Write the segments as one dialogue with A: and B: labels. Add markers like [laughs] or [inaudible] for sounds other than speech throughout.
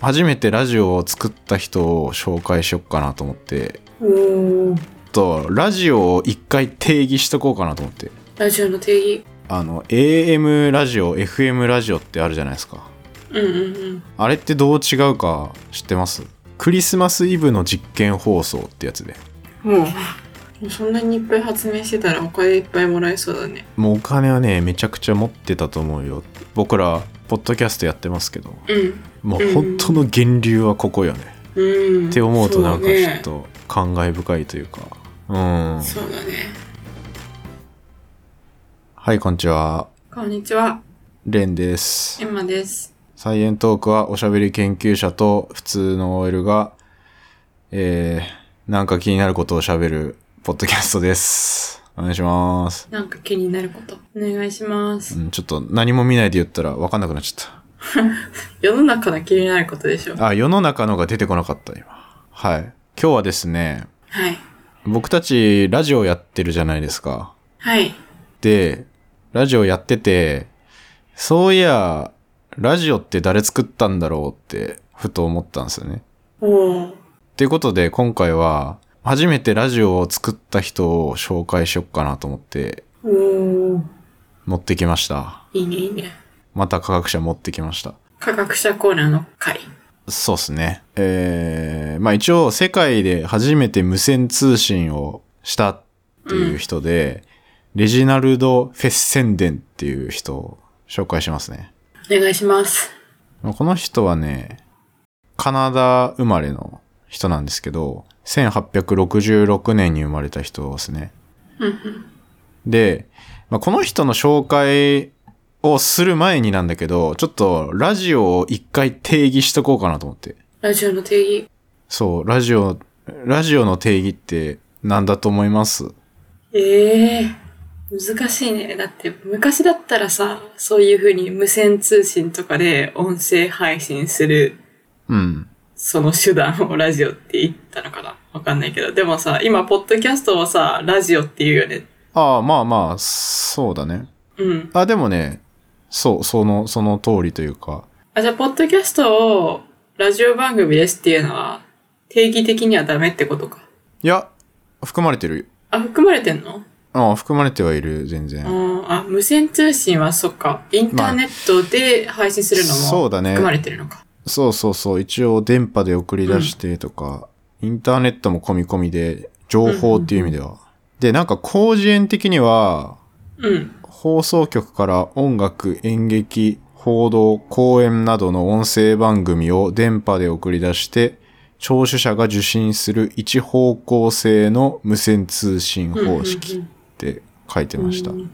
A: 初めてラジオを作った人を紹介しよっかなと思って、
B: おお。
A: と、ラジオを一回定義しとこうかなと思って。
B: ラジオの定義。
A: あの、AM ラジオ、FM ラジオってあるじゃないですか。
B: うんうんうん。
A: あれってどう違うか知ってますクリスマスイブの実験放送ってやつで。
B: もう、そんなにいっぱい発明してたらお金いっぱいもらえそうだね。
A: もうお金はね、めちゃくちゃ持ってたと思うよ。僕ら、ポッドキャストやってますけど、
B: うん。
A: もう本当の源流はここよね。
B: うん。
A: って思うとなんかちょっ
B: そう
A: と感慨深いというか。うん。
B: だね。そうだね
A: はい、こんにちは。
B: こんにちは。
A: レンです。
B: エマです。
A: サイエントークはおしゃべり研究者と普通の OL が、えー、なんか気になることをしゃべるポッドキャストです。お願いします。
B: なんか気になること。お願いします。
A: うん、ちょっと何も見ないで言ったら分かんなくなっちゃっ
B: 世の中の気になることでしょ。
A: た。あ、世の中のが出てこなかった、今。はい。今日はですね、
B: はい。
A: 僕たちラジオやってるじゃないですか。
B: はい。
A: で、ラジオやってて、そういや、ラジオって誰作ったんだろうって、ふと思ったんですよね。
B: おお。
A: ということで、今回は、初めてラジオを作った人を紹介しよっかなと思って、
B: おお。
A: 持ってきました。
B: いいねいいね。
A: また科学者持ってきました。
B: 科学者コーナーの回。
A: そうですね。えー、まあ一応、世界で初めて無線通信をしたっていう人で、レジナルド・フェッセンデンっていう人を紹介しますね。
B: お願いします。
A: まあこの人はね、カナダ生まれの人なんですけど、1866年に生まれた人ですね。
B: うんうん。
A: で、まあ、この人の紹介をする前になんだけど、ちょっとラジオを一回定義しとこうかなと思って。
B: ラジオの定義。
A: そう、ラジオ、ラジオの定義って何だと思います
B: ええ難しいね。だって昔だったらさ、そういう風に無線通信とかで音声配信する
A: うん。
B: その手段をラジオって言ったのかなわかんないけど。でもさ、今、ポッドキャストはさ、ラジオって言うよね。
A: ああ、まあまあ、そうだね。
B: うん。
A: あ、でもね、そう、その、その通りというか、
B: あ、じゃあ、ポッドキャストをラジオ番組ですっていうのは、定義的にはダメってことか。
A: いや、含まれてる。
B: あ、含まれてんの
A: ああ、含まれてはいる、全然。
B: うん。あ、無線通信はそっか。インターネットで配信するのも
A: そうだね
B: 含まれてるのか。
A: そうそうそう、一応電波で送り出してとか、インターネットも込み込みで、情報っていう意味では。で、なんか工事園的には、
B: うん。
A: 放送局から音楽、演劇、報道、講演などの音声番組を電波で送り出して、聴取者が受信する一方向性の無線通信方式って書いてました。えー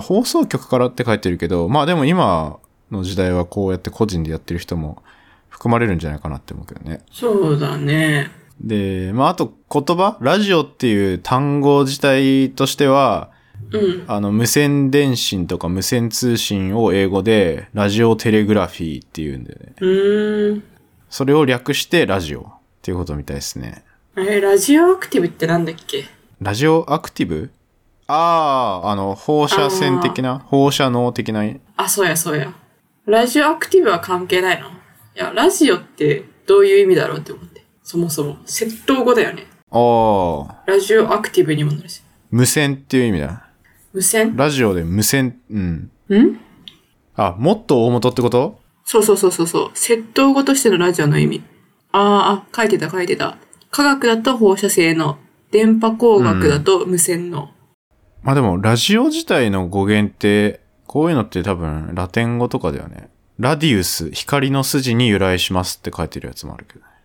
A: 放送局からって書いてるけど、まあでも今の時代はこうやって個人でやってる人も含まれるんじゃないかなって思うけどね。
B: そうだね。
A: で、まああと言葉ラジオっていう単語自体としては、
B: うん。
A: あの無線電信とか無線通信を英語でラジオテレグラフィーっていうんだよね。
B: うーん。
A: それを略してラジオっていうことみたいですね。
B: え、ラジオアクティブってなんだっけ
A: ラジオアクティブああ、あの放射線的な、放射能的な
B: あ、そうや、そうや。ラジオアクティブは関係ないのいや、ラジオってどういう意味だろうって思って。そもそも。窃盗語だよね。
A: ああ、
B: ラジオアクティブにもなるし。
A: 無線っていう意味だ。
B: 無線
A: ラジオで無線、うん。
B: ん
A: あ、もっと大元ってこと
B: そうそうそうそうそう。窃盗語としてのラジオの意味。あーあ、書いてた書いてた。科学だと放射性の。電波工学だと無線の。
A: まあでも、ラジオ自体の語源って、こういうのって多分、ラテン語とかだよね。ラディウス、光の筋に由来しますって書いてるやつもあるけどね。だか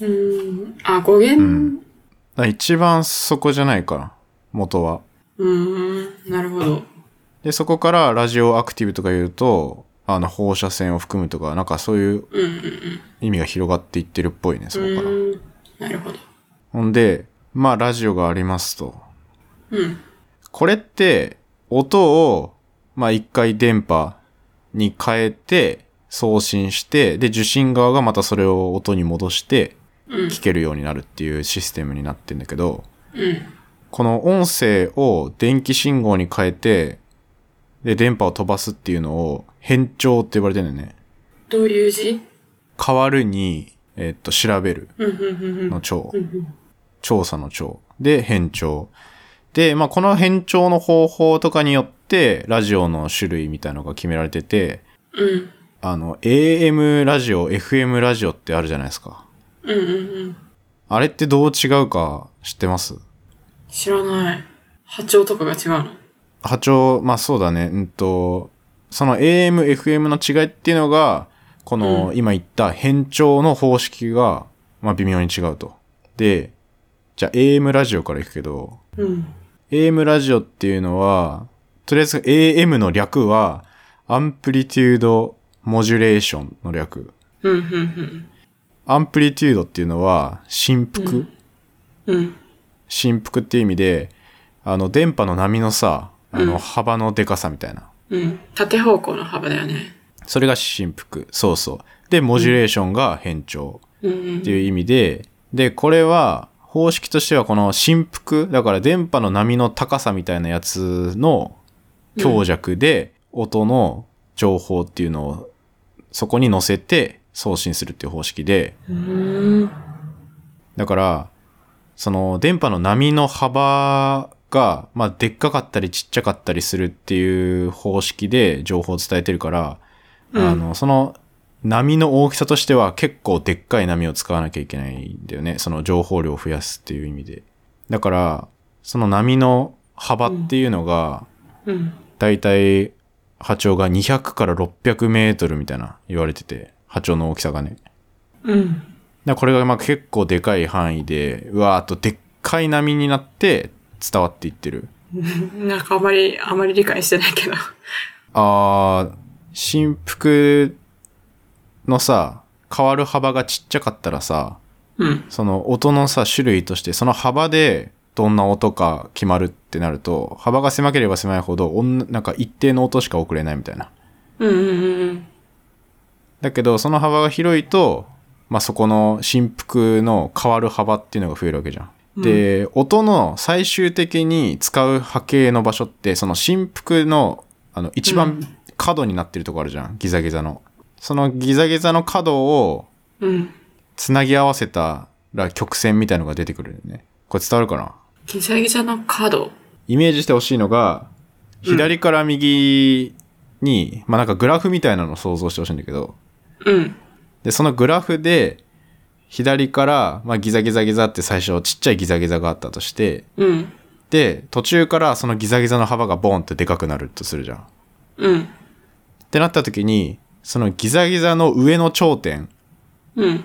B: うーん。あ、語源。うん、
A: ら一番そこじゃないかな。元は。
B: ーん。なるほど。
A: で、そこからラジオアクティブとか言うと、あの、放射線を含むとか、なんかそういう
B: うんうんうん。
A: 意味が広がっていってるっぽいね、そうこから。
B: ーん。なるほど。
A: ほんで、まあ、ラジオがありますと。
B: うん。
A: これって、音を、まあ、一回電波に変えて、送信して、で、受信側がまたそれを音に戻して、
B: うん
A: 聞けるようになるっていうシステムになってんだけど、
B: うん。
A: この音声を電気信号に変えて、で、電波を飛ばすっていうのを、変調って呼ばれてるんだよね。
B: どういう字
A: 変わるに、えっと、調べる
B: うんうんうんうん
A: の調
B: う。ん
A: 調査の調。で、変調。で、まあ、この変調の方法とかによって、ラジオの種類みたいのが決められてて、
B: うん
A: あの、AM ラジオ、FM ラジオってあるじゃないですか。
B: うんうんうん
A: あれってどう違うか知ってます
B: 知らない波長とかが違うの
A: 波長、まあそうだね、うんと、その AM、FM の違いっていうのが、この、
B: う
A: 今言った変調の方式が、まあ微妙に違うと。で、じゃあ AM ラジオからいくけど、
B: うん。
A: AM ラジオっていうのは、とりあえず AM の略は、アンプリテュード・モジュレーションの略。
B: うんうん
A: アンプリテュードっていうのは、振幅、
B: うんうん
A: 振幅っていう意味で、あの、電波の波のさ、あ
B: う
A: の、
B: ん
A: 幅のでかさみたいな。
B: うん縦方向の幅だよね
A: それが振幅。そうそう。で、モジュレーションが変調
B: うんうん
A: っていう意味で、で、これは、方式としてはこの振幅、だから電波の波の高さみたいなやつの強弱で、音の情報っていうのを、そこに乗せて送信するっていう方式で、
B: うん
A: だから、その電波の波の幅が、まあ、でっかかったりちっちゃかったりするっていう方式で情報を伝えてるから、
B: うん
A: あの、その波の大きさとしては結構でっかい波を使わなきゃいけないんだよね。その情報量を増やすっていう意味で。だから、その波の幅っていうのが、
B: うん
A: だいたい波長が200から600メートルみたいな言われてて、波長の大きさがね。
B: うん
A: だからこれがまあ結構でかい範囲で、うわーっとでっかい波になって伝わっていってる。
B: なんかあまりあまり理解してないけど
A: あー、振幅のさ、変わる幅がちっちゃかったらさ、
B: うん
A: その音のさ、種類として、その幅でどんな音か決まるってなると、幅が狭ければ狭いほど、おんなんか一定の音しか送れないみたいな。
B: うんうんうん
A: だけど、その幅が広いと、まあ、そこの振幅の変わる幅っていうのが増えるわけじゃん。で、音の最終的に使う波形の場所って、その振幅の、あの、一
B: う
A: 番角になってるとこあるじゃん。ギザギザの。そのギザギザの角を
B: うん
A: つなぎ合わせたら曲線みたいのが出てくるよね。これ伝わるかな
B: ギザギザの角
A: イメージしてほしいのが、左から右に、まあ、なんかグラフみたいなのを想像してほしいんだけど、
B: うん
A: で、そのグラフで、左から、まあ、ギザギザギザって最初ちっちゃいギザギザがあったとして、
B: うん
A: で、途中からそのギザギザの幅がボンってでかくなるとするじゃん。っ
B: うん
A: てなった時に、そのギザギザの上の頂点
B: うん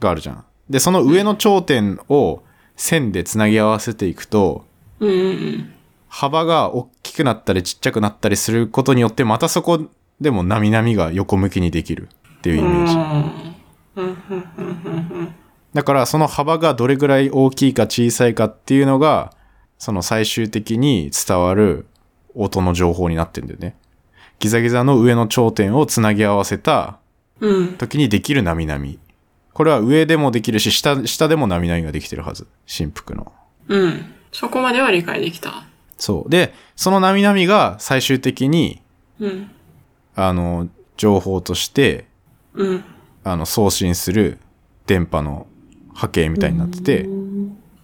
A: があるじゃん。で、その上の頂点を線でつなぎ合わせていくと、
B: うんうん
A: 幅が大きくなったりちっちゃくなったりすることによって、またそこでも波々が横向きにできるっていうイ
B: う
A: メージ。
B: ん
A: だからその幅がどれぐらい大きいか小さいかっていうのが、その最終的に伝わる音の情報になってんだよね。ギザギザの上の頂点をつなぎ合わせた
B: うん
A: 時にできる波々。これは上でもできるし、下、下でも波々ができてるはず。振幅の。
B: うんそこまでは理解できた
A: そう。で、その波々が最終的に、
B: うん
A: あの、情報として、
B: うん
A: あの、送信する電波の波形みたいになってて、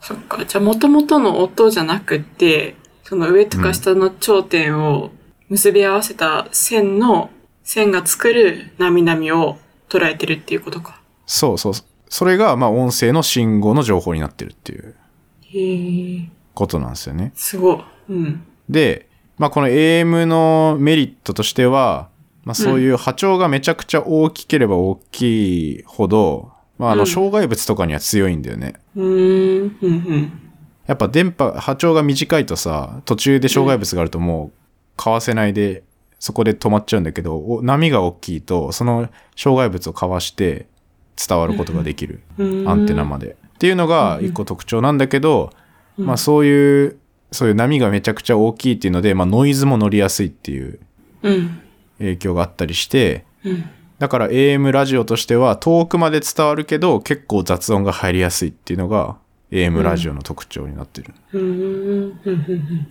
B: そっか。じゃあ、もともとの音じゃなくて、その上とか下の頂点を結び合わせた線の、線が作る波々を捉えてるっていうことか。
A: そうそう。それが、まあ、音声の信号の情報になってるっていう
B: へえ、
A: ことなんですよね。
B: すごい。うん。
A: で、まあ、この AM のメリットとしては、まあ、そういう波長がめちゃくちゃ大きければ大きいほど、まあ、あ
B: う
A: の、
B: ん
A: 障害物とかには強いんだよね。
B: うーん、うん、
A: やっぱ電波、波長が短いとさ、途中で障害物があるともう、かわせないで、そこで止まっちゃうんだけど、お波が大きいと、その障害物をかわして伝わることができる。
B: うん。
A: アンテナまで。っていうのが一個特徴なんだけど、
B: うん
A: まあそういう、そういう波がめちゃくちゃ大きいっていうので、まあノイズも乗りやすいっていう
B: で。うん、
A: 影響があったりして、
B: うん。
A: だから AM ラジオとしては遠くまで伝わるけど結構雑音が入りやすいっていうのが AM ラジオの特徴になってる。
B: うーん、うん、うん。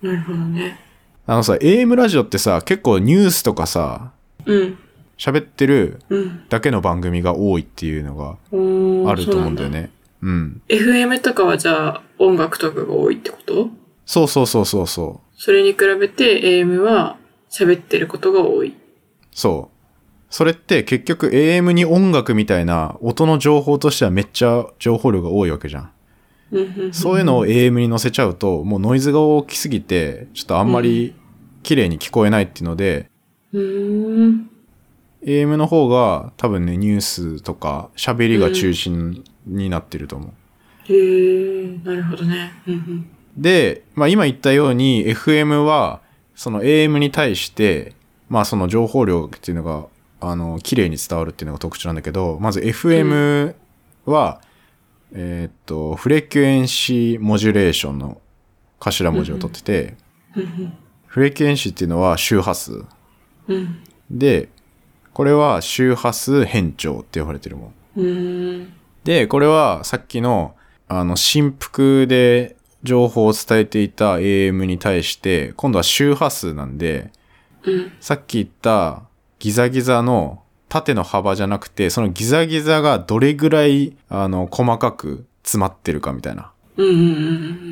B: なるほどね。
A: あのさ、AM ラジオってさ、結構ニュースとかさ、
B: うん、
A: 喋ってる
B: うん。
A: だけの番組が多いっていうのが
B: おー
A: あると思うんだよ。
B: そ
A: ね。うん。
B: なんだ FM とかはじゃあ音楽とかが多いってこと
A: そうそうそうそうそう。
B: それに比べて AM は喋ってることが多い。
A: そう。それって結局 AM に音楽みたいな音の情報としてはめっちゃ情報量が多いわけじゃん。
B: うんうんうん
A: そういうのを AM に乗せちゃうと、もうノイズが大きすぎて、ちょっとあんまり綺麗に聞こえないっていうので、
B: うーん。
A: AM の方が多分ね、ニュースとか喋りが中心になってると思う。
B: へえ、なるほどね。うんうん。
A: で、まあ今言ったように FM は、その AM に対して、まあその情報量っていうのが、あの、綺麗に伝わるっていうのが特徴なんだけど、まず FM は、えーっと、フレキュエンシーモジュレーションの頭文字を取ってて、
B: うんうん
A: フレキュエンシーっていうのは周波数。
B: うん。
A: で、これは周波数変調って呼ばれてるもん。
B: うーん。
A: で、これはさっきの、あの、振幅で情報を伝えていた AM に対して、今度は周波数なんで、
B: うん。
A: さっき言ったギザギザの縦の幅じゃなくて、そのギザギザがどれぐらい、あの、細かく詰まってるかみたいな。
B: うんうんう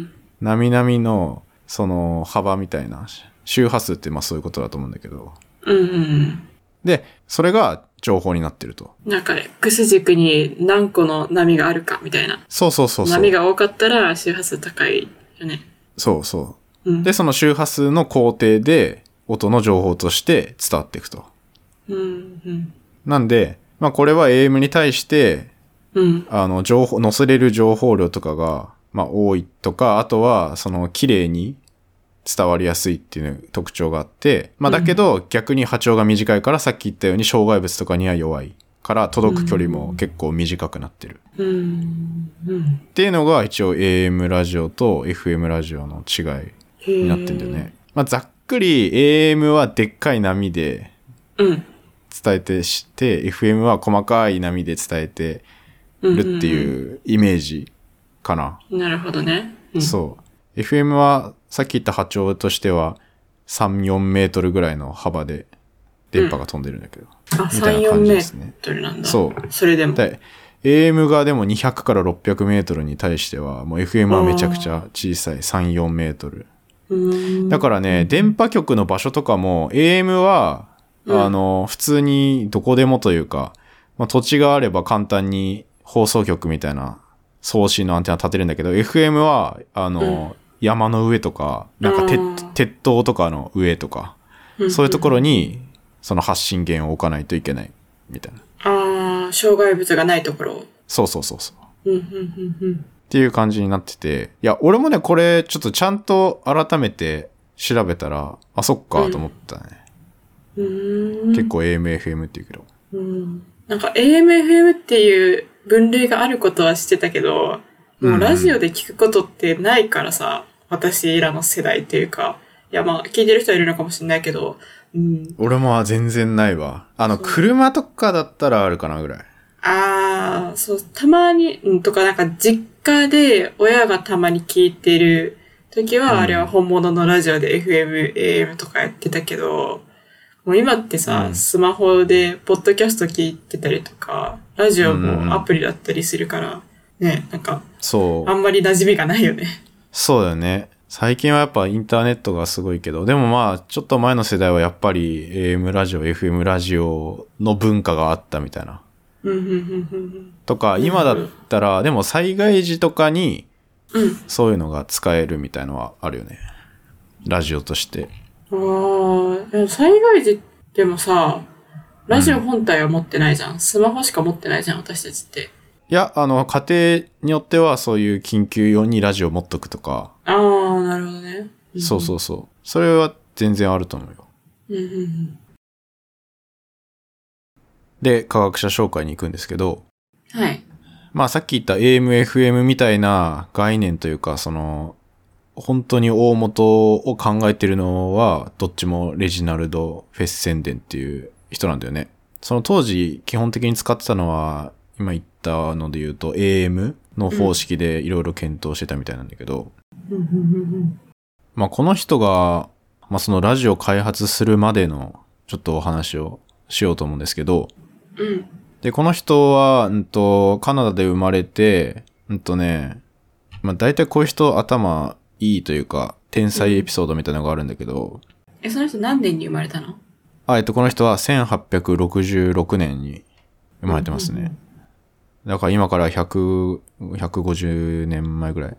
B: ん
A: なみなみの、その、幅みたいな。周波数ってまあそういうことだと思うんだけど。
B: うん。うんうん
A: で、それが情報になってると。
B: うん。なんか、X 軸に何個の波があるかみたいな。
A: そうそうそうそ
B: 波
A: う。
B: が多かったら周波数高いよね。
A: そうそう。
B: うん。
A: で、その周波数の工程で音の情報として伝わっていくと。
B: うんうん。
A: なんで、まあこれは AM に対して、
B: うん。
A: あの、情報、載せれる情報量とかが、まあ多いとか、あとは、その、綺麗に伝わりやすいっていう特徴があって、まあだけど、逆に波長が短いから、さっき言ったように障害物とかには弱いから、届く距離も結構短くなってる。
B: うん。うん。
A: っていうのが一応 AM ラジオと FM ラジオの違いに
B: に
A: なってんだよね。。まあ、ざっくり AM はでっかい波で
B: うん。
A: 伝えてして、FM は細かい波で伝えて
B: うん
A: るって
B: うん
A: いうイメージかな。
B: うん。なるほどね。うん
A: そう。FM はさっき言った波長としては3、4メートルぐらいの幅で電波が飛んでるんだけど。
B: あ、
A: みたい
B: 3、
A: な感
B: 4
A: じ
B: メ
A: ですね
B: ートルなんだ。。
A: そう
B: それでも。
A: で、AM がでも200から600メートルに対しては、もう FM はめちゃくちゃ小さい3、4メートル。
B: うん
A: だからね、電波局の場所とかも、AM は、
B: うん
A: あの、普通にどこでもというか、まあ、土地があれば簡単に放送局みたいな送信のアンテナ立てるんだけど、FM は、あの、山の上とか、なんか鉄
B: あー
A: 鉄塔とかの上とか、
B: うん
A: そういうところに、その発信源を置かないといけない、みたいな。
B: ああ、障害物がないところ。
A: そうそうそうそう。
B: うん、うん、うん、
A: っていう感じになってて。いや、俺もね、これ、ちょっとちゃんと改めて調べたら、あ、そっか、と思ったね。
B: うん。うーん
A: 結。構 AMFM って言うけど。
B: うん。なんか AMFM っていう分類があることは知ってたけど、
A: うんう
B: もうんラジオで聞くことってないからさ、私らの世代っていうか、いやまあ聞いてる人はいるのかもしれないけど、うん。
A: 俺も全然ないわ。あの、車とかだったらあるかなぐらい。
B: ああ、そう、たまに、うん、とかなんか実家で親がたまに聞いてる時
A: うん
B: は、あれは本物のラジオで FM、AM とかやってたけど、もう今ってさ、
A: うん
B: スマホでポッドキャスト聞いてたりとか、ラジ
A: う
B: オ
A: ん
B: もアプリだったりするから、ね、なんか、
A: そ
B: あ
A: う。
B: んまり馴染みがないよね。
A: そうだよね。最近はやっぱインターネットがすごいけど、でもまあ、ちょっと前の世代はやっぱり AM ラジオ、FM ラジオの文化があったみたいな。
B: うん、うん、うん、
A: とか、今だったら、でも災害時とかに
B: うん。うん。
A: そういうのが使えるみたいのはあるよね。ラジオとして。
B: [laughs] ああ、でも災害時でもさ、ラジオ本体は持ってないじゃん。スマホしか持ってないじゃん、私たちって。
A: いや、あの、家庭によってはそういう緊急用にラジオ持っとくとか、
B: ああ、なるほどね。
A: そうそうそう。それは全然あると思うよ。
B: うん。うんうん
A: で、科学者紹介に行くんですけど、
B: うん。はい。
A: まあさっき言った AM、FM みたいな概念というか、その、本当に大元を考えてるのは、どっちもレジナルド・フェスセンデンっていう人なんだよね。その当時、基本的に使ってたのは、今言ったので言うと AM の方式でいろいろ検討してたみたいなんだけど、
B: うんうん
A: まあこの人が、まあそのラジオ開発するまでのちょっとお話をしようと思うんですけど、
B: うん。
A: で、この人は、うんと、カナダで生まれて、うんとね、まあ大体こういう人頭いいというか、天才エピソードみたいなのがあるんだけど、
B: え、その人何年に生まれたの
A: あ、えっと、この人は1866年に生まれてますね。だから今から100、150年前ぐらい。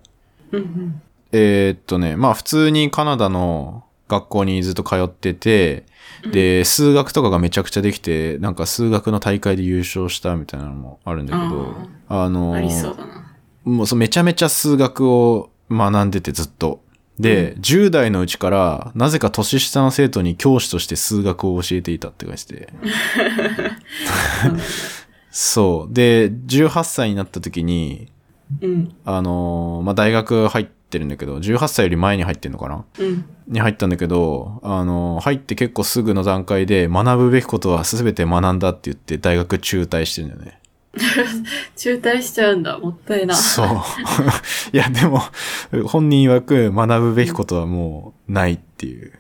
B: うんうん。
A: えーっとね、まあ普通にカナダの学校にずっと通ってて、で、数学とかがめちゃくちゃできて、なんか数学の大会で優勝したみたいなのもあるんだけど、あの
B: ありそうだな。
A: もうそうめちゃめちゃ数学を学んでてずっと。で、10代のうちから、なぜか年下の生徒に教師として数学を教えていたって感じで。 [laughs] そう。で、18歳になった時に、
B: うん。
A: あのーまあ、大学入ってるんだけど、18歳より前に入ってんのかな
B: うん。
A: に入ったんだけど、あのー入って結構すぐの段階で、学ぶべきことは全て学んだって言って、大学中退してるんだよね。
B: 中退しちゃうんだ。もったいな。
A: そう。いや、でも、本人曰く学ぶべきことはもうないっていう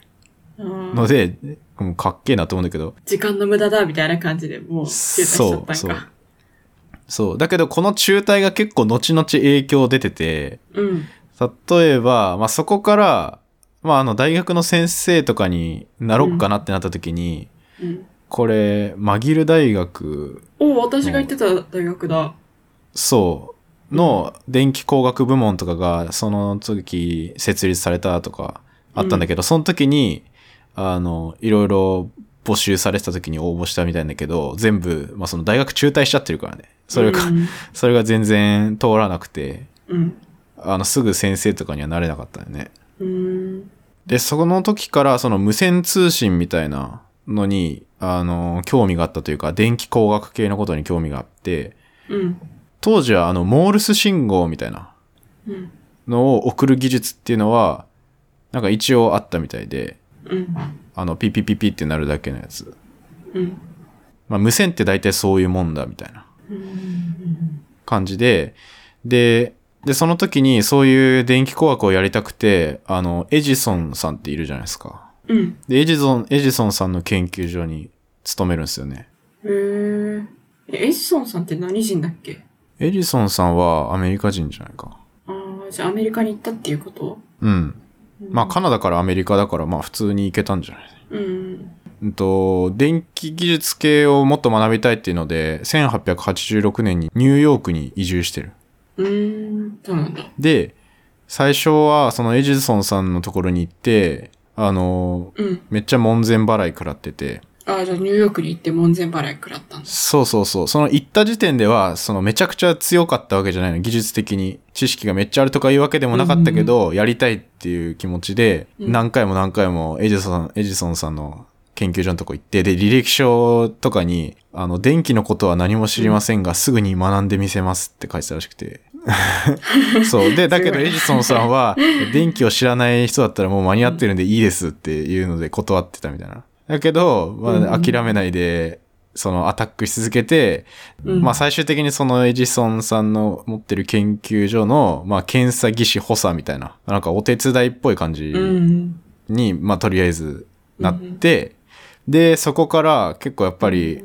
B: うん
A: ので、もうかっけえなと思うんだけど。
B: 時間の無駄だ、みたいな感じでもう中退しちゃっ
A: そう、
B: たん
A: そう
B: か。。
A: そう。だけど、この中退が結構後々影響出てて、
B: うん。
A: 例えば、まあ、そこから、まあ、あの、大学の先生とかになろっかなってなった時に、
B: うん。
A: これ、マギル大学、
B: お私が行ってた大学だ。
A: そう、の電気工学部門とかが、その時、設立されたとか、あったんだけど、その時に、あの、いろいろ募集されてた時に応募したみたいなんだけど、全部、まあ、その大学中退しちゃってるからね。それが、
B: うん。
A: それが全然通らなくて、
B: うん。
A: あの、すぐ先生とかにはなれなかったよね。
B: うん。
A: で、その時から、その無線通信みたいなのに、あの、興味があったというか、電気工学系のことに興味があって、
B: うん。
A: 当時はあの、モールス信号みたいな
B: うん。
A: のを送る技術っていうのは、なんか一応あったみたいで、
B: うん。
A: あの、ピッピッピッピってなるだけのやつ。
B: うん。
A: まあ、無線って大体そういうもんだ、みたいな
B: うん。
A: 感じで、で、で、その時にそういう電気工学をやりたくて、あの、エジソンさんっているじゃないですか。
B: うん。
A: で、エジソン、エジソンさんの研究所に勤めるんですよね。
B: へーえ。エジソンさんって何人だっけ
A: エジソンさんはアメリカ人じゃないか。
B: ああ、じゃあアメリカに行ったっていうこと
A: うん。まあ、カナダからアメリカだから、まあ、普通に行けたんじゃない
B: うん。
A: うんと、電気技術系をもっと学びたいっていうので、1886年にニューヨークに移住してる。
B: うん。そうなんだ。
A: で、最初はそのエジソンさんのところに行って、あの、
B: うん。
A: めっちゃ門前払い食らってて、
B: ああ、じゃあニューヨークに行って門前払い食らったんだ。
A: そうそうそう、その行った時点では、そのめちゃくちゃ強かったわけじゃないの、技術的に。知識がめっちゃあるとかいうわけでもなかったけど、やりたいっていう気持ちで、
B: うん
A: 何回も何回もエジソン、エジソンさんの研究所のとこ行って、で、履歴書とかに、あの、電気のことは何も知りませんが、すぐに学んでみせますって書いてたらしく
B: [laughs]
A: て。そう。で、だけど
B: すごい
A: エジソンさんは、電気を知らない人だったらもう間に合ってるんでいいですっていうので断ってたみたいな。だけど、ま
B: う
A: あ、
B: ん
A: 諦めないで、そのアタックし続けて、
B: うん
A: まあ最終的にそのエジソンさんの持ってる研究所の、まあ検査技師補佐みたいな、なんかお手伝いっぽい感じ
B: うん。
A: に、まあとりあえずなって、で、そこから結構やっぱり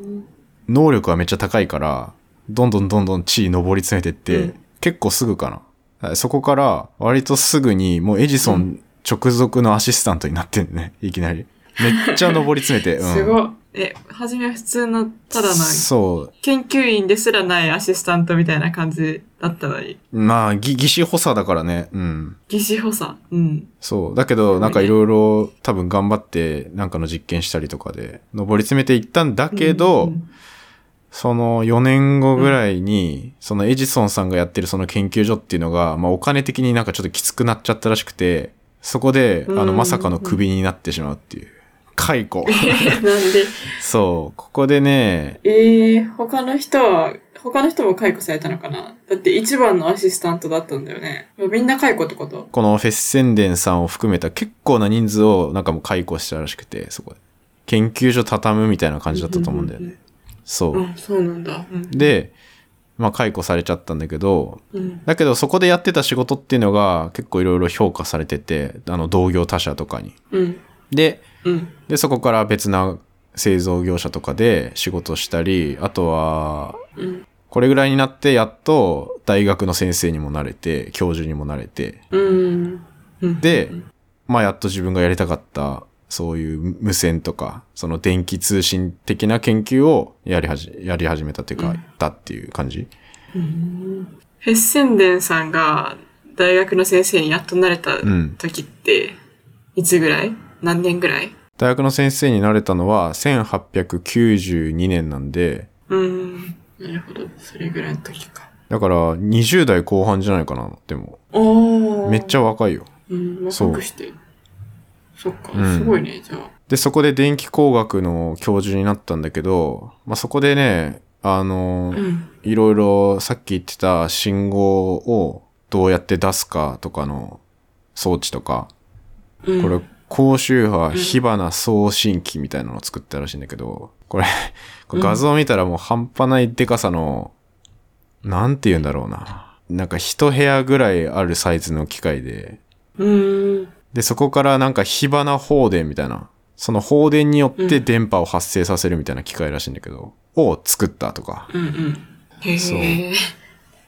A: 能力はめっちゃ高いから、どんどんどんどん地位上り詰めてって、
B: うん
A: 結構すぐかな。そこから割とすぐにもうエジソン直属のアシスタントになってんね、いきなり。めっちゃ上り詰めて。うん、
B: すごい。え、はじめは普通の、ただの、
A: そう。
B: 研究員ですらないアシスタントみたいな感じだったのに。
A: まあ、ぎ技師補佐だからね。うん。
B: 技師補佐。うん。
A: そう。だけど、なんかいろいろ多分頑張って、なんかの実験したりとかで、登り詰めていったんだけど、
B: うん [laughs]
A: その4年後ぐらいに、そのエジソンさんがやってるその研究所っていうのが、まあお金的になんかちょっときつくなっちゃったらしくて、そこで、あ
B: うん
A: の、まさかのクビになってしまうっていう。解
B: [laughs]
A: 雇。
B: なんで、
A: そう。ここでね、
B: えー、他の人は、他の人も解雇されたのかなだって一番のアシスタントだったんだよね。みんな解雇ってこと
A: このフェッセンデンさんを含めた結構な人数をなんかもう解雇したらしくて、そこで。研究所畳むみたいな感じだったと思うんだよね。そうう。
B: ん、そうなんだ。うん、
A: で、まあ解雇されちゃったんだけど、
B: うん、
A: だけどそこでやってた仕事っていうのが結構いろいろ評価されてて、あの同業他社とかに。
B: うん、
A: で、
B: うん、
A: で、そこから別な製造業者とかで仕事したり、あとは、
B: うん。
A: これぐらいになってやっと大学の先生にもなれて、教授にもなれて、
B: うん。うん、
A: で、まあやっと自分がやりたかった、そういう無線とか、その電気通信的な研究をやりはじ、やり始めたというか、
B: うん
A: だっていう感じ。
B: フェッセンデンさんが大学の先生にやっと慣れた
A: うん。
B: 時って、いつぐらい何年ぐらい
A: 大学の先生になれたのは1892年なんで、
B: うん。なるほど。それぐらいの時か。
A: だから20代後半じゃないかな、でも。
B: おー。
A: めっち
B: ゃ。
A: ゃ若いよ。
B: うん、
A: そう
B: 若くして。そっか、
A: うん
B: すごいね、じゃあ。
A: で、そこで電気工学の教授になったんだけど、まあ、そこでね、あの、
B: うん。
A: いろいろさっき言ってた信号をどうやって出すかとかの装置とか、
B: うん、
A: これ、高周波
B: ん
A: 火花送信機みたいなのを作ったらしいんだけど、これ、これ画像見たらもう半端ないデカさの、なんて言うんだろうな。なんか一部屋ぐらいあるサイズの機械で、
B: うん。
A: で、そこからなんか火花放電みたいな、その放電によって電波を発生させるみたいな機械らしいんだけど、を作ったとか。
B: うんうん。へ
A: そう
B: え。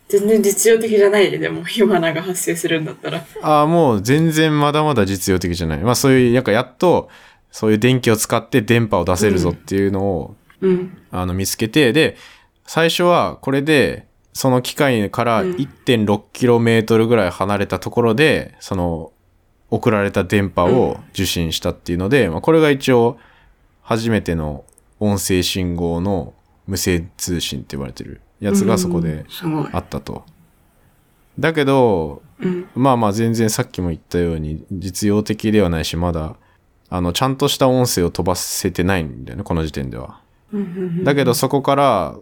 B: 全然実用的じゃないね、でも、火花が発生するんだったら。
A: ああ、もう全然まだまだ実用的じゃない。まあそういう、なんかやっと、そういう電気を使って電波を出せるぞっていうのを、
B: うん。
A: あの見つけて、で、最初はこれで、その機械から
B: うん
A: 1.6km ぐらい離れたところで、その、送られた電波を受信したっていうので、まあこれが一応、初めての音声信号の無線通信って言われてるやつがそこ
B: う
A: で
B: んすごい
A: あ。ったと。だけど、
B: うん。
A: まあまあ全然さっきも言ったように実用的ではないし、まだ、あの、ちゃんとした音声を飛ばせてないんだよね、この時点では。
B: うんうん
A: だけどそこから、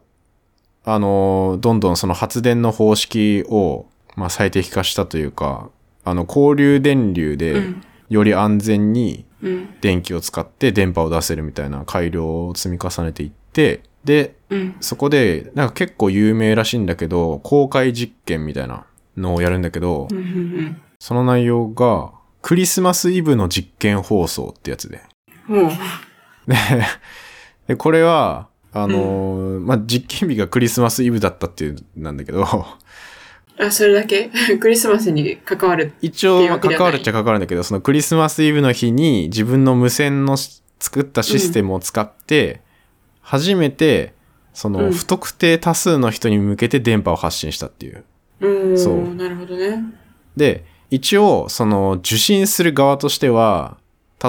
A: あの、どんどんその発電の方式を、まあ最適化したというか、あの、交流電流
B: う
A: で
B: ん、
A: より安全に
B: うん。
A: 電気を使って電波を出せるみたいな改良を積み重ねていって、で、
B: うん。
A: そこで、なんか結構有名らしいんだけど、公開実験みたいなのをやるんだけど、
B: うんうん
A: その内容が、クリスマスイブの実験放送ってやつで。
B: うん。もう。
A: で、でこれは、あのーまあ、実験日がクリスマスイブだったっていう、なんだけど、 [laughs]
B: あ、それだけクリスマスに関わる。
A: 一
B: って
A: 応、
B: いう
A: まあ
B: わけ
A: 関
B: じゃない
A: わるっちゃ関わるんだけど、そのクリスマスイブの日に自分の無線のし作ったシステムを使って、初めて、そうの、
B: ん
A: 不特定多数の人に向けて電波を発信したっていう。
B: うーん。
A: そう
B: なるほどね。
A: で、一応、その、受信する側としては、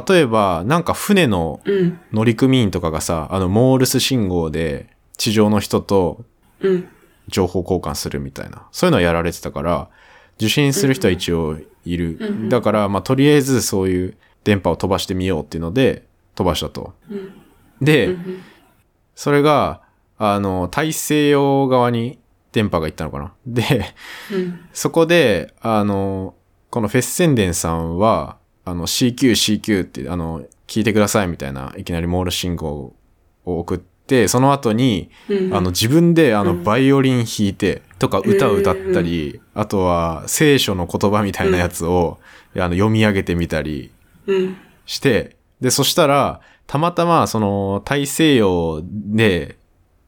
A: 例えば、なんか船の
B: うん。
A: 乗組員とかがさ、あの、モールス信号で地上の人と
B: うん。
A: 情報交換するみたいな、そういうのはやられてたから、受信する人は一応いる。
B: うんうん
A: だから、まあ、とりあえずそういう電波を飛ばしてみようっていうので、飛ばしたと。
B: うん。
A: で、
B: うん
A: それが、あの、大西洋側に電波が行ったのかな。で、
B: うん。
A: そこで、あの、このフェッセンデンさんは、あの、CQ、CQ って、あの、聞いてくださいみたいな、いきなりモール信号を送って、その後に、
B: うん。
A: あの、、自分で、あの、
B: うん
A: バイオリン弾いて、とか歌を歌ったり、あとは、聖書の言葉みたいなやつを、あの、読み上げてみたり
B: うん。
A: して、で、そしたら、たまたま、その、大西洋で、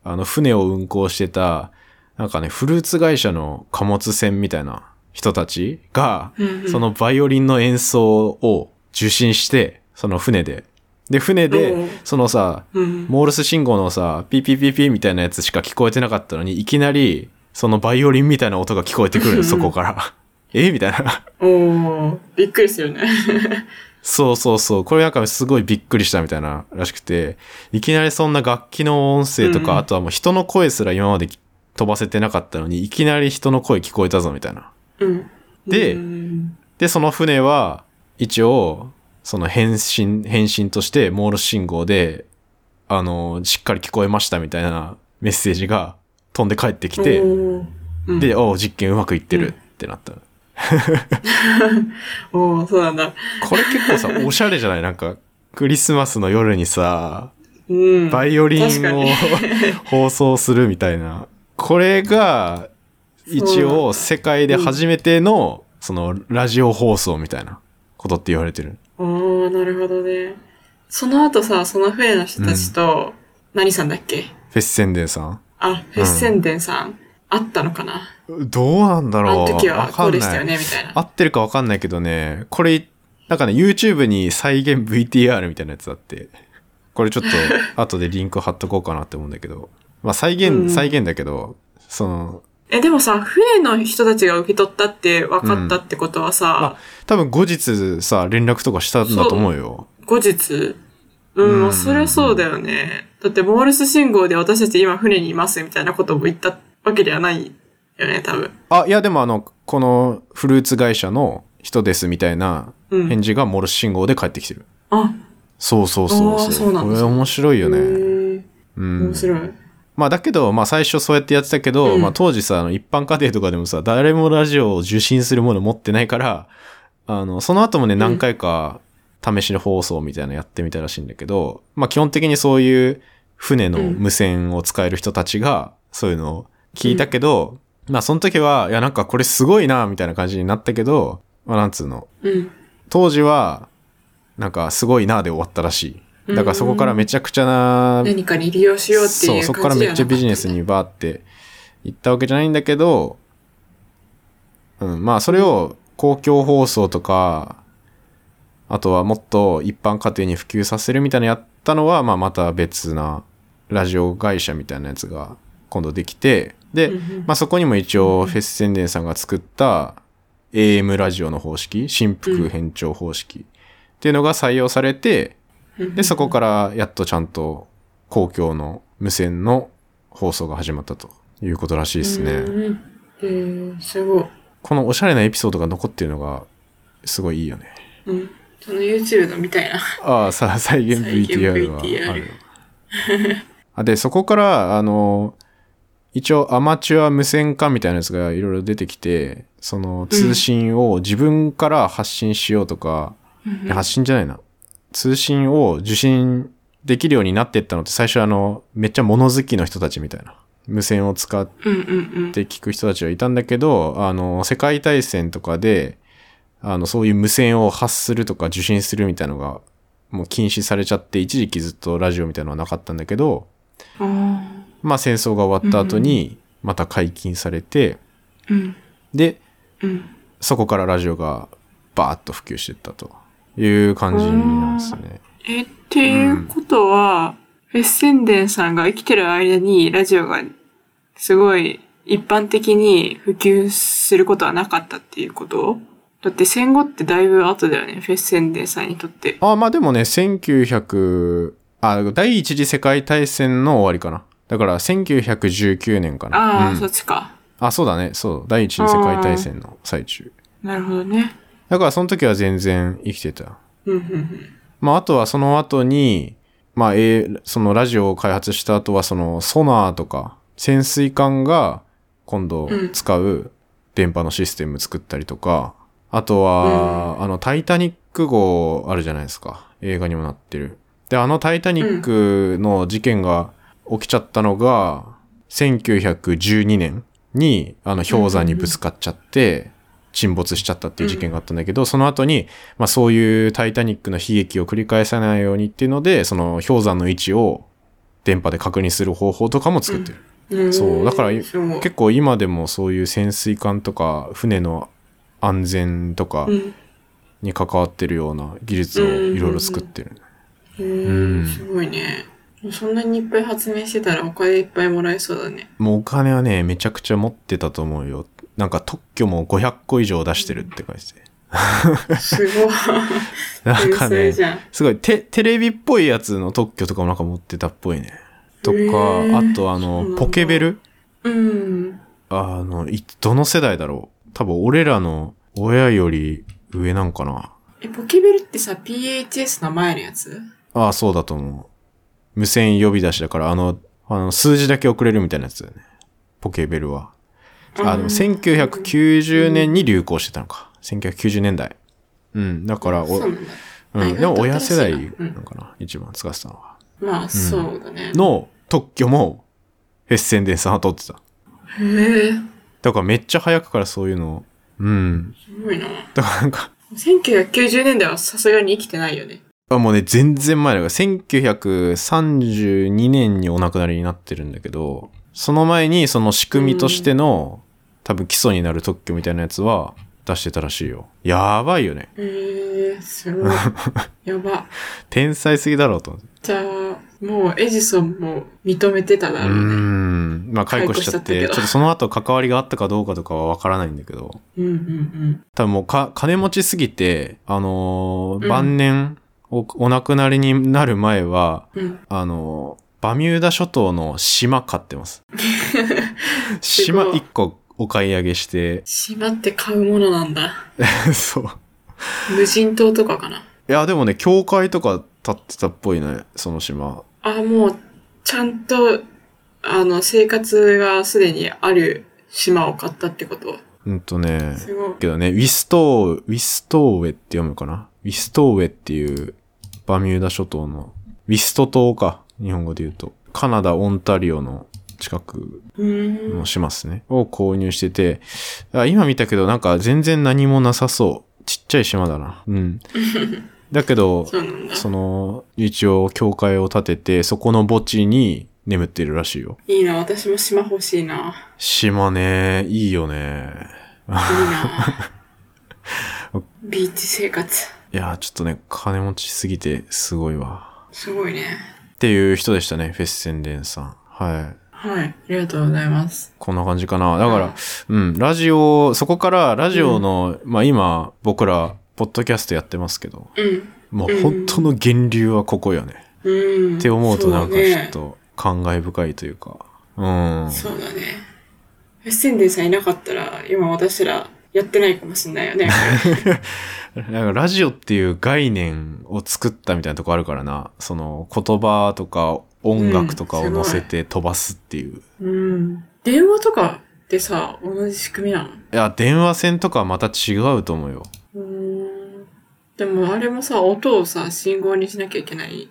A: あの、船を運航してた、なんかね、フルーツ会社の貨物船みたいな人たちが、
B: うん
A: そ、のバイオリンの演奏を受信して、その船で。で、船
B: うん
A: で、そのさ、
B: うん。
A: モールス信号のさ、ピーピーピーピーみたいなやつしか聞こえてなかったのに、いきなり、そのバイオリンみたいな音が聞こえてく
B: うん
A: る、そこから。 [laughs] えみたいな。
B: おー。びっくりするね。 [laughs]
A: そうそうそう。これなんかすごいびっくりしたみたいならしくて、いきなりそんな楽器の音声とか、
B: うん
A: あとはもう人の声すら今まで飛ばせてなかったのに、いきなり人の声聞こえたぞみたいな。
B: うん。
A: で
B: うん
A: で、その船は、一応、その返信、返信として、モールス信号で、あの、しっかり聞こえましたみたいなメッセージが飛んで帰ってきて、
B: おーうん
A: で、おう実験うまくいってるってなった。
B: おーそうなんだ。
A: これ結構さ、おしゃれじゃないなんか、クリスマスの夜にさ、
B: うん。
A: バイオリ
B: 確か
A: ンを
B: に
A: 放送するみたいな。これが、一
B: そうなん
A: 応
B: だ
A: 世界で初めての、その、ラジオ放送みたいなことって言われてる。
B: おーなるほどね。その後さ、その船の人たちと、何さんだっけ
A: フェス宣伝さん
B: あ、フェッセンデンさん、あったのかな
A: どうなんだ
B: あ
A: ろう
B: の時は
A: わか
B: こ
A: んな
B: う
A: い
B: でしたよね、みたい
A: 合
B: な。
A: ってるかわかんないけどね、これ、なんかね、YouTube に再現 VTR みたいなやつあって、これちょっ
B: [laughs]
A: と後でリンク貼っとこうかなって思うんだけど、まあ再現、
B: うん
A: 再現だけど、その、
B: え、でもさ、船の人たちが受け取ったって分かったってことはさ、
A: 多分後日さ、連絡とかしたんだと思うよ。
B: 後日、うん、まあそりゃそうだよね。だって、モールス信号で私たち今船にいますみたいなことも言ったわけではないよね、多分。
A: あ、いやでもあの、このフルーツ会社の人ですみたいな
B: うん
A: 返事がモルス信号で返ってきてる。
B: あ、
A: そうそうそう
B: あーそうなん
A: こ
B: です
A: れ
B: ね
A: 面白いよ
B: へ
A: ね。
B: ー
A: うん
B: 面。白い。
A: まあだけど、まあ最初そうやってやってたけど、
B: うん
A: まあ当時さ、あの一般家庭とかでもさ、誰もラジオを受信するもの持ってないから、あの、その後もね、何回か試し放送みたいなのやってみたらしいんだけど、まあ基本的にそういう船の無線を使える人たちが、そういうのを聞いたけど、まあその時は、いやなんかこれすごいな、みたいな感じになったけど、まあなんつうの、
B: うん。
A: 当時は、なんかすごいなで終わったらしい。だからそこからめちゃくちゃな
B: 何かに利用しようっていう感じじゃな
A: そう、そこからめっちゃビジネスにバーって行ったわけじゃないんだけど、うん、まあそれを公共放送とか、あとはもっと一般家庭に普及させるみたいなのやったのは、まあまた別なラジオ会社みたいなやつが今度できて、で、
B: うんうん
A: まあそこにも一応フェス宣伝さんが作った AM ラジオの方式、振幅変調方式っていうのが採用されて、で、そこからやっとちゃんと公共の無線の放送が始まったということらしいですね。
B: うんうん。えー、すごい。
A: このおしゃれなエピソードが残ってるのがすごいいいよね。
B: うん。その YouTube のみたいな。
A: ああ、さ、再現
B: 再現
A: VTR は
B: VTR
A: ある。あで、そこから、あの、一応アマチュア無線化みたいなやつがいろいろ出てきて、その通信を自分から発信しようとか、いや発信じゃないな。通信を受信できるようになってったのって最初あの、めっちゃ物好きの人たちみたいな。無線を使っ
B: うんうんうん
A: っ。て聞く人たちはいたんだけど、あの、世界大戦とかで、あの、そういう無線を発するとか受信するみたいなのが、もう禁止されちゃって、一時期ずっとラジオみたいなのはなかったんだけど、
B: あ
A: まあ戦争が終わった後に、また解禁されて、
B: あ。うん。
A: で、
B: うん。
A: そこからラジオがバーッと普及していったという感じなんですね。
B: え、っていうことは、フェッセンデンさんが生きてる間にラジオがすごい一般的に普及することはなかったっていうことだって戦後ってだいぶ後だよね、フェッセンデンさんにとって。
A: あ、まあでもね、1900、あ、第一次世界大戦の終わりかな。だから1919年かな。
B: ああ、
A: うん
B: そっちか。
A: あ、そうだね。そう。第一次世界大戦の最中。
B: なるほどね。
A: だからその時は全然生きてた。
B: うんうんうん。
A: まあ、あとはその後に、まあ、えーそのラジオを開発した後は、そのソナーとか潜水艦が今度使う電波のシステム作ったりとか、あとは、あの、タイタニック号あるじゃないですか。映画にもなってる。で、あのタイタニックの事件が起きちゃったのが、1912年に、あの、氷山にぶつかっちゃって、沈没しちゃったっていう事件があったんだけど、その後に、まあそういうタイタニックの悲劇を繰り返さないようにっていうので、その氷山の位置を電波で確認する方法とかも作ってる。
B: うん
A: そうだから
B: すごい
A: 結構今でもそういう潜水艦とか船の安全とか
B: うん
A: に関わってるような技術をいろいろ作ってる。
B: へ
A: うん
B: ーすごいね。そんなにいっぱい発明してたらお金いっぱいもらえそうだね。
A: もうお金はね、めちゃくちゃ持ってたと思うよ。なんか特許も500個以上出してるって感じで。
B: すごい。
A: [laughs] なんか
B: 天才
A: ね、
B: じゃん
A: すごいテ、テレビっぽいやつの特許とかもなんか持ってたっぽいね。とか、
B: へー
A: あとあ
B: そうなん
A: の、
B: だ
A: ポケベル
B: うん。
A: あの、いどの世代だろう多分俺らの親より上なんかな。
B: え、ポケベルってさ、PHS の前のやつ
A: ああ、そうだと思う。無線呼び出しだから、あの、あの数字だけ送れるみたいなやつだよね。ポケベルは。あ、でも1990年に流行してたのか。1990年代。うん、だから、
B: そ
A: お
B: うなんだ。
A: うん、でも親世代な
B: うん
A: のかな、一番使ってたのは。
B: まあ、そうだね。
A: の特許も、フェッセンデンさんは取ってた。
B: へえ、
A: だからめっちゃ早くからそういうのをうん。
B: すごいな。
A: だからなんか、
B: 1990年代はさすがに生きてないよね。
A: あもうね、全然前だから、1932年にお亡くなりになってるんだけど、その前にその仕組みとしての、多分基礎になる特許みたいなやつは出してたらしいよ。やばいよね。
B: えー、す [laughs] ごい。やば。
A: 天才すぎだろうと思って。
B: じゃあ、もうエジソンも認めてただ
A: うー
B: ろうね。
A: ん。まあ解雇しちゃっ
B: 解雇しちゃった
A: て、
B: け
A: ち
B: ど
A: ょっとその後関わりがあったかどうかとかはわからないんだけど、
B: うんうん
A: 多分もうか、金持ちすぎて、あのー
B: うん
A: 晩年お、お亡くなりになる前は、
B: うん。うん。
A: あの、バミューダ諸島の島買ってます。島
B: [laughs] すごい
A: 1個お買い上げして、 [laughs]
B: 島って買うものなんだ。
A: そう。
B: 無人島とかかな。
A: いや、でもね、教会とか建ってたっぽいね、その島。
B: あ、もう、ちゃんと、あの、生活がすでにある島を買ったってこと。
A: うんとね、
B: すごい。
A: けどね、ウィストー、ウィストーウェって読むかなウィストーウェっていうバミューダ諸島の、ウィスト島か、日本語で言うと。カナダ、オンタリオの近く
B: うーん。
A: もしますね。を購入してて、あ今見たけどなんか全然何もなさそう。ちっちゃい島だな。 [laughs] うん。だけど、
B: そうなんだ。
A: その、一応教会を建てて、そこの墓地に眠ってるらしいよ。
B: いいな、私も島欲しいな。
A: 島ね、いいよね。
B: いいな。ビーチ生活。
A: いやー、ちょっとね、金持ちすぎてすごいわ。
B: すごいね。
A: っていう人でしたね、フェスセンデンさん。はい。
B: はい。ありがとうございます。
A: こんな感じかな。だか
B: うん
A: ら、うん、ラジオ、そこからラジオの、まあ今、僕ら、ポッドキャストやってますけど、
B: うん。
A: も
B: う
A: うん本当の源流はここよね。
B: うん。
A: って思うとなんかちょっ
B: と。
A: と感慨深いというか。うん。
B: そうだね。フェステンデンさんいなかったら、今私らやってないかもしんないよね。
A: なんかラジオっていう概念を作ったみたいなとこあるからな。その言葉とか音楽とかを乗せて飛ばすっていう。い
B: [laughs] うん。電話とかってさ、同じ仕組みなの
A: や、電話線とかはまた違うと思うよ。
B: うーん。でもあれもさ、音をさ、信号にしなきゃいけない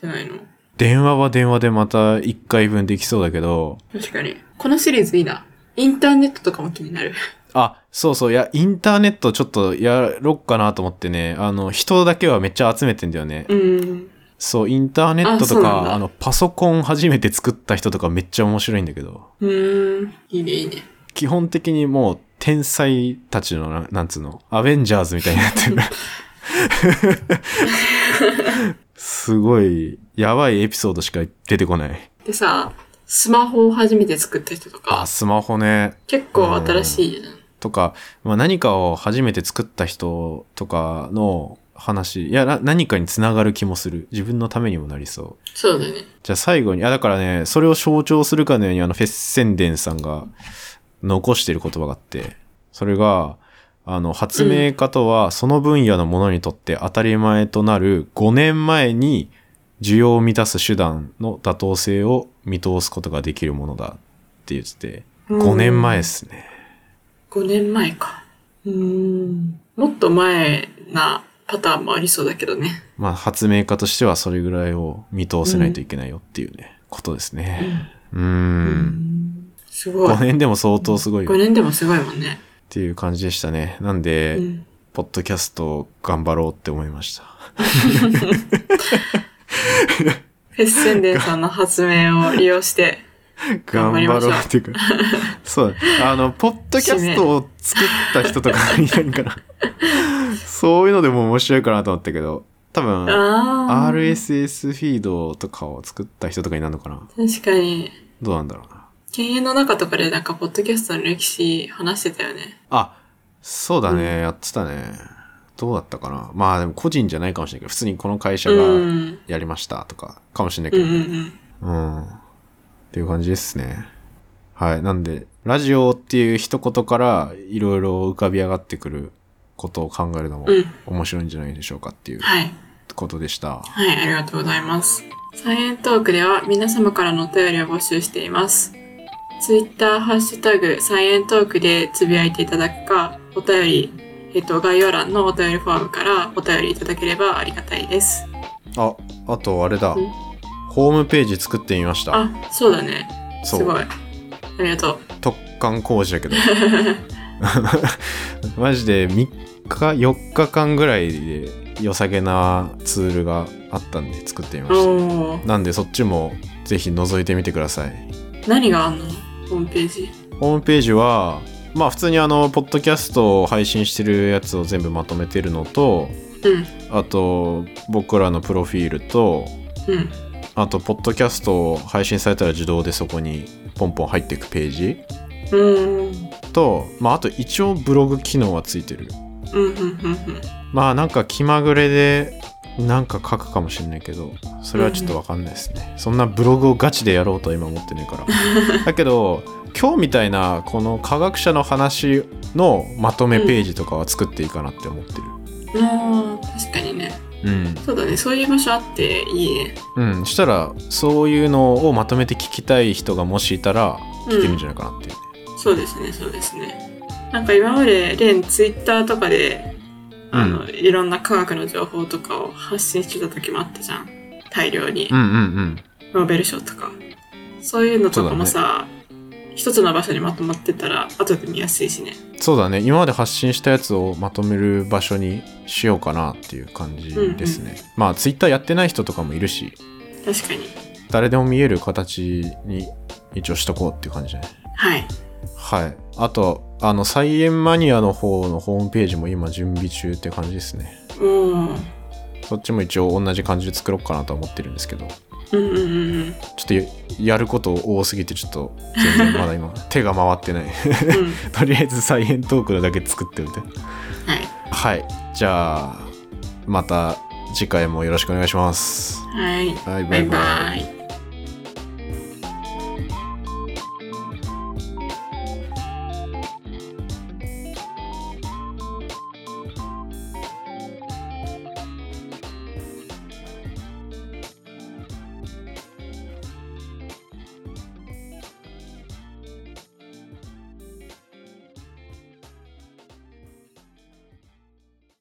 B: じゃないの
A: 電話は電話でまた一回分できそうだけど、
B: 確かに。このシリーズいいな。インターネットとかも気になる。
A: あ、そうそう、いや、インターネットちょっとやろっかなと思ってね、あの、人だけはめっちゃ集めてんだよね。
B: うん。
A: そう、インターネットと
B: あそうなん
A: か、
B: だ
A: あの、パソコン初めて作った人とかめっちゃ面白いんだけど、
B: うーん。いいね、いいね。
A: 基本的にもう天才たちのな、なんつうの、アベンジャーズみたいになってる。すごい、やばいエピソードしか出てこない。
B: でさ、スマホを初めて作った人と
A: あ、
B: か、
A: スマホね。
B: 結構新しいじゃん。
A: とか、まあ、何かを初めて作った人とかの話、いや、な何かにつながる気もする。自分のためにもなりそう。
B: そうだね。
A: じゃあ最後に、あ、だからね、それを象徴するかのように、あの、フェッセンデンさんが残してる言葉があって、それが、あの、発明家とは、その分野のものにとって当たり前となる5年前に需要を満たす手段の妥当性を見通すことができるものだって言ってて、5年前ですね。
B: 5年前か。うーん。もっと前なパターンもありそうだけどね。
A: まあ、発明家としてはそれぐらいを見通せないといけないよっていうね、ことですね。うー。
B: うんん。すごい。
A: 5年でも相当すごいよ
B: 5
A: っ
B: 年でもすごいもんね。
A: ていう感じでしたね。なんで、
B: うん。
A: ポッドキャスト頑張ろうって思いました。
B: フェス宣伝さんの発明を利用して、
A: 頑張
B: [laughs] 頑張り
A: ろう
B: ましょう
A: っていうか。
B: [laughs]
A: そう。あの、ポッドキャストを作った人とかいない
B: [laughs]
A: から、そういうのでも面白いかなと思ったけど、多分、
B: ああ。
A: RSS フィードとかを作った人とかになるのかな
B: 確かに。
A: どうなんだろうな。
B: 犬猿の中とかでなんか、ポッドキャストの歴史話してたよね。
A: あ、そうだね。
B: う
A: やってたね。どうだったかなまあでも個人じゃないかもしれないけど、普通にこの会社
B: うん。う
A: が
B: ん
A: やりましたとか、かもしれないけ
B: うん
A: ど
B: う
A: ね。
B: ん。
A: うん。っていう感じですね。はい。なんで、ラジオっていう一言からいろいろ浮かび上がってくることを考えるのも
B: うん
A: 面白いんじゃないでしょうかっていう
B: はい。
A: ことでした。
B: はい、ありがとうございます。サイエントークでは皆様からのお便りを募集しています。ツイッター、ハッシュタグ、サイエントークでつぶやいていただくか、お便り、えっと、概要欄のお便りフォームからお便りいただければありがたいです。
A: あ、あとあれだ
B: うん。
A: ホームページ作ってみました。
B: あ、そうだね。す
A: そ
B: ご
A: う。
B: い。ありがとう。
A: 特貫工事だけ
B: [laughs]
A: ど。マジで3日、4日間ぐらいで良さげなツールがあったんで作ってみまし
B: お
A: た
B: ー
A: なんでそっちもぜひ覗いてみてください
B: 何があんのホームページ。
A: ホームページはまあ普通にあのポッドキャストを配信してるやつを全部まとめてるのと
B: うん。
A: あと僕らのプロフィールと
B: うん。
A: あとポッドキャストを配信されたら自動でそこにポンポン入っていくページ
B: うん。
A: と、まあ、あと一応ブログ機能はついてる
B: うん。うん。うん。
A: まあなんか気まぐれでなんか書くかもしれないけどそれはちょっとわかんないですね、そんなブログをガチでやろうとは今思ってないから [laughs] だけど今日みたいなこの科学者の話のまとめページとかは作っていいかなって思ってる
B: うん。あー確かにね。
A: うん
B: そうだね。そういう場所あっていいね。
A: うん、したらそういうのをまとめて聞きたい人がもしいたら聞いてみるんじゃないかなっていう、
B: そうですね、そうですね。なんか今まで、レン、ツイッターとかで、あの、いろんな科学の情報とかを発信してた時もあったじゃん。大量に
A: う。ん、うんうんうん
B: ノーベル賞とか。そういうのとかもさ、一つの場所にまとまってたら、後で見やすいしね。
A: そうだね今まで発信したやつをまとめる場所にしようかなっていう感じですね、まあツイッターやってない人とかもいるし
B: 確かに。
A: 誰でも見える形に一応しとこうっていう感じね
B: はい。
A: はいあとあのサイエンマニアの方のホームページも今準備中って感じですね
B: もう、
A: そっちも一応同じ感じで作ろうかなとは思ってるんですけど
B: うんう
A: [laughs]
B: んうんうん。
A: ちょっとややること多すぎてちょっと全然まだ今 [laughs] 手が回ってない
B: うん。
A: とりあえずサイエントークのだけ作ってみて
B: はい。
A: はいじゃあまた次回もよろしくお願いします
B: はい。
A: はい
B: バ
A: バイ
B: イ
A: バイ
B: バイ。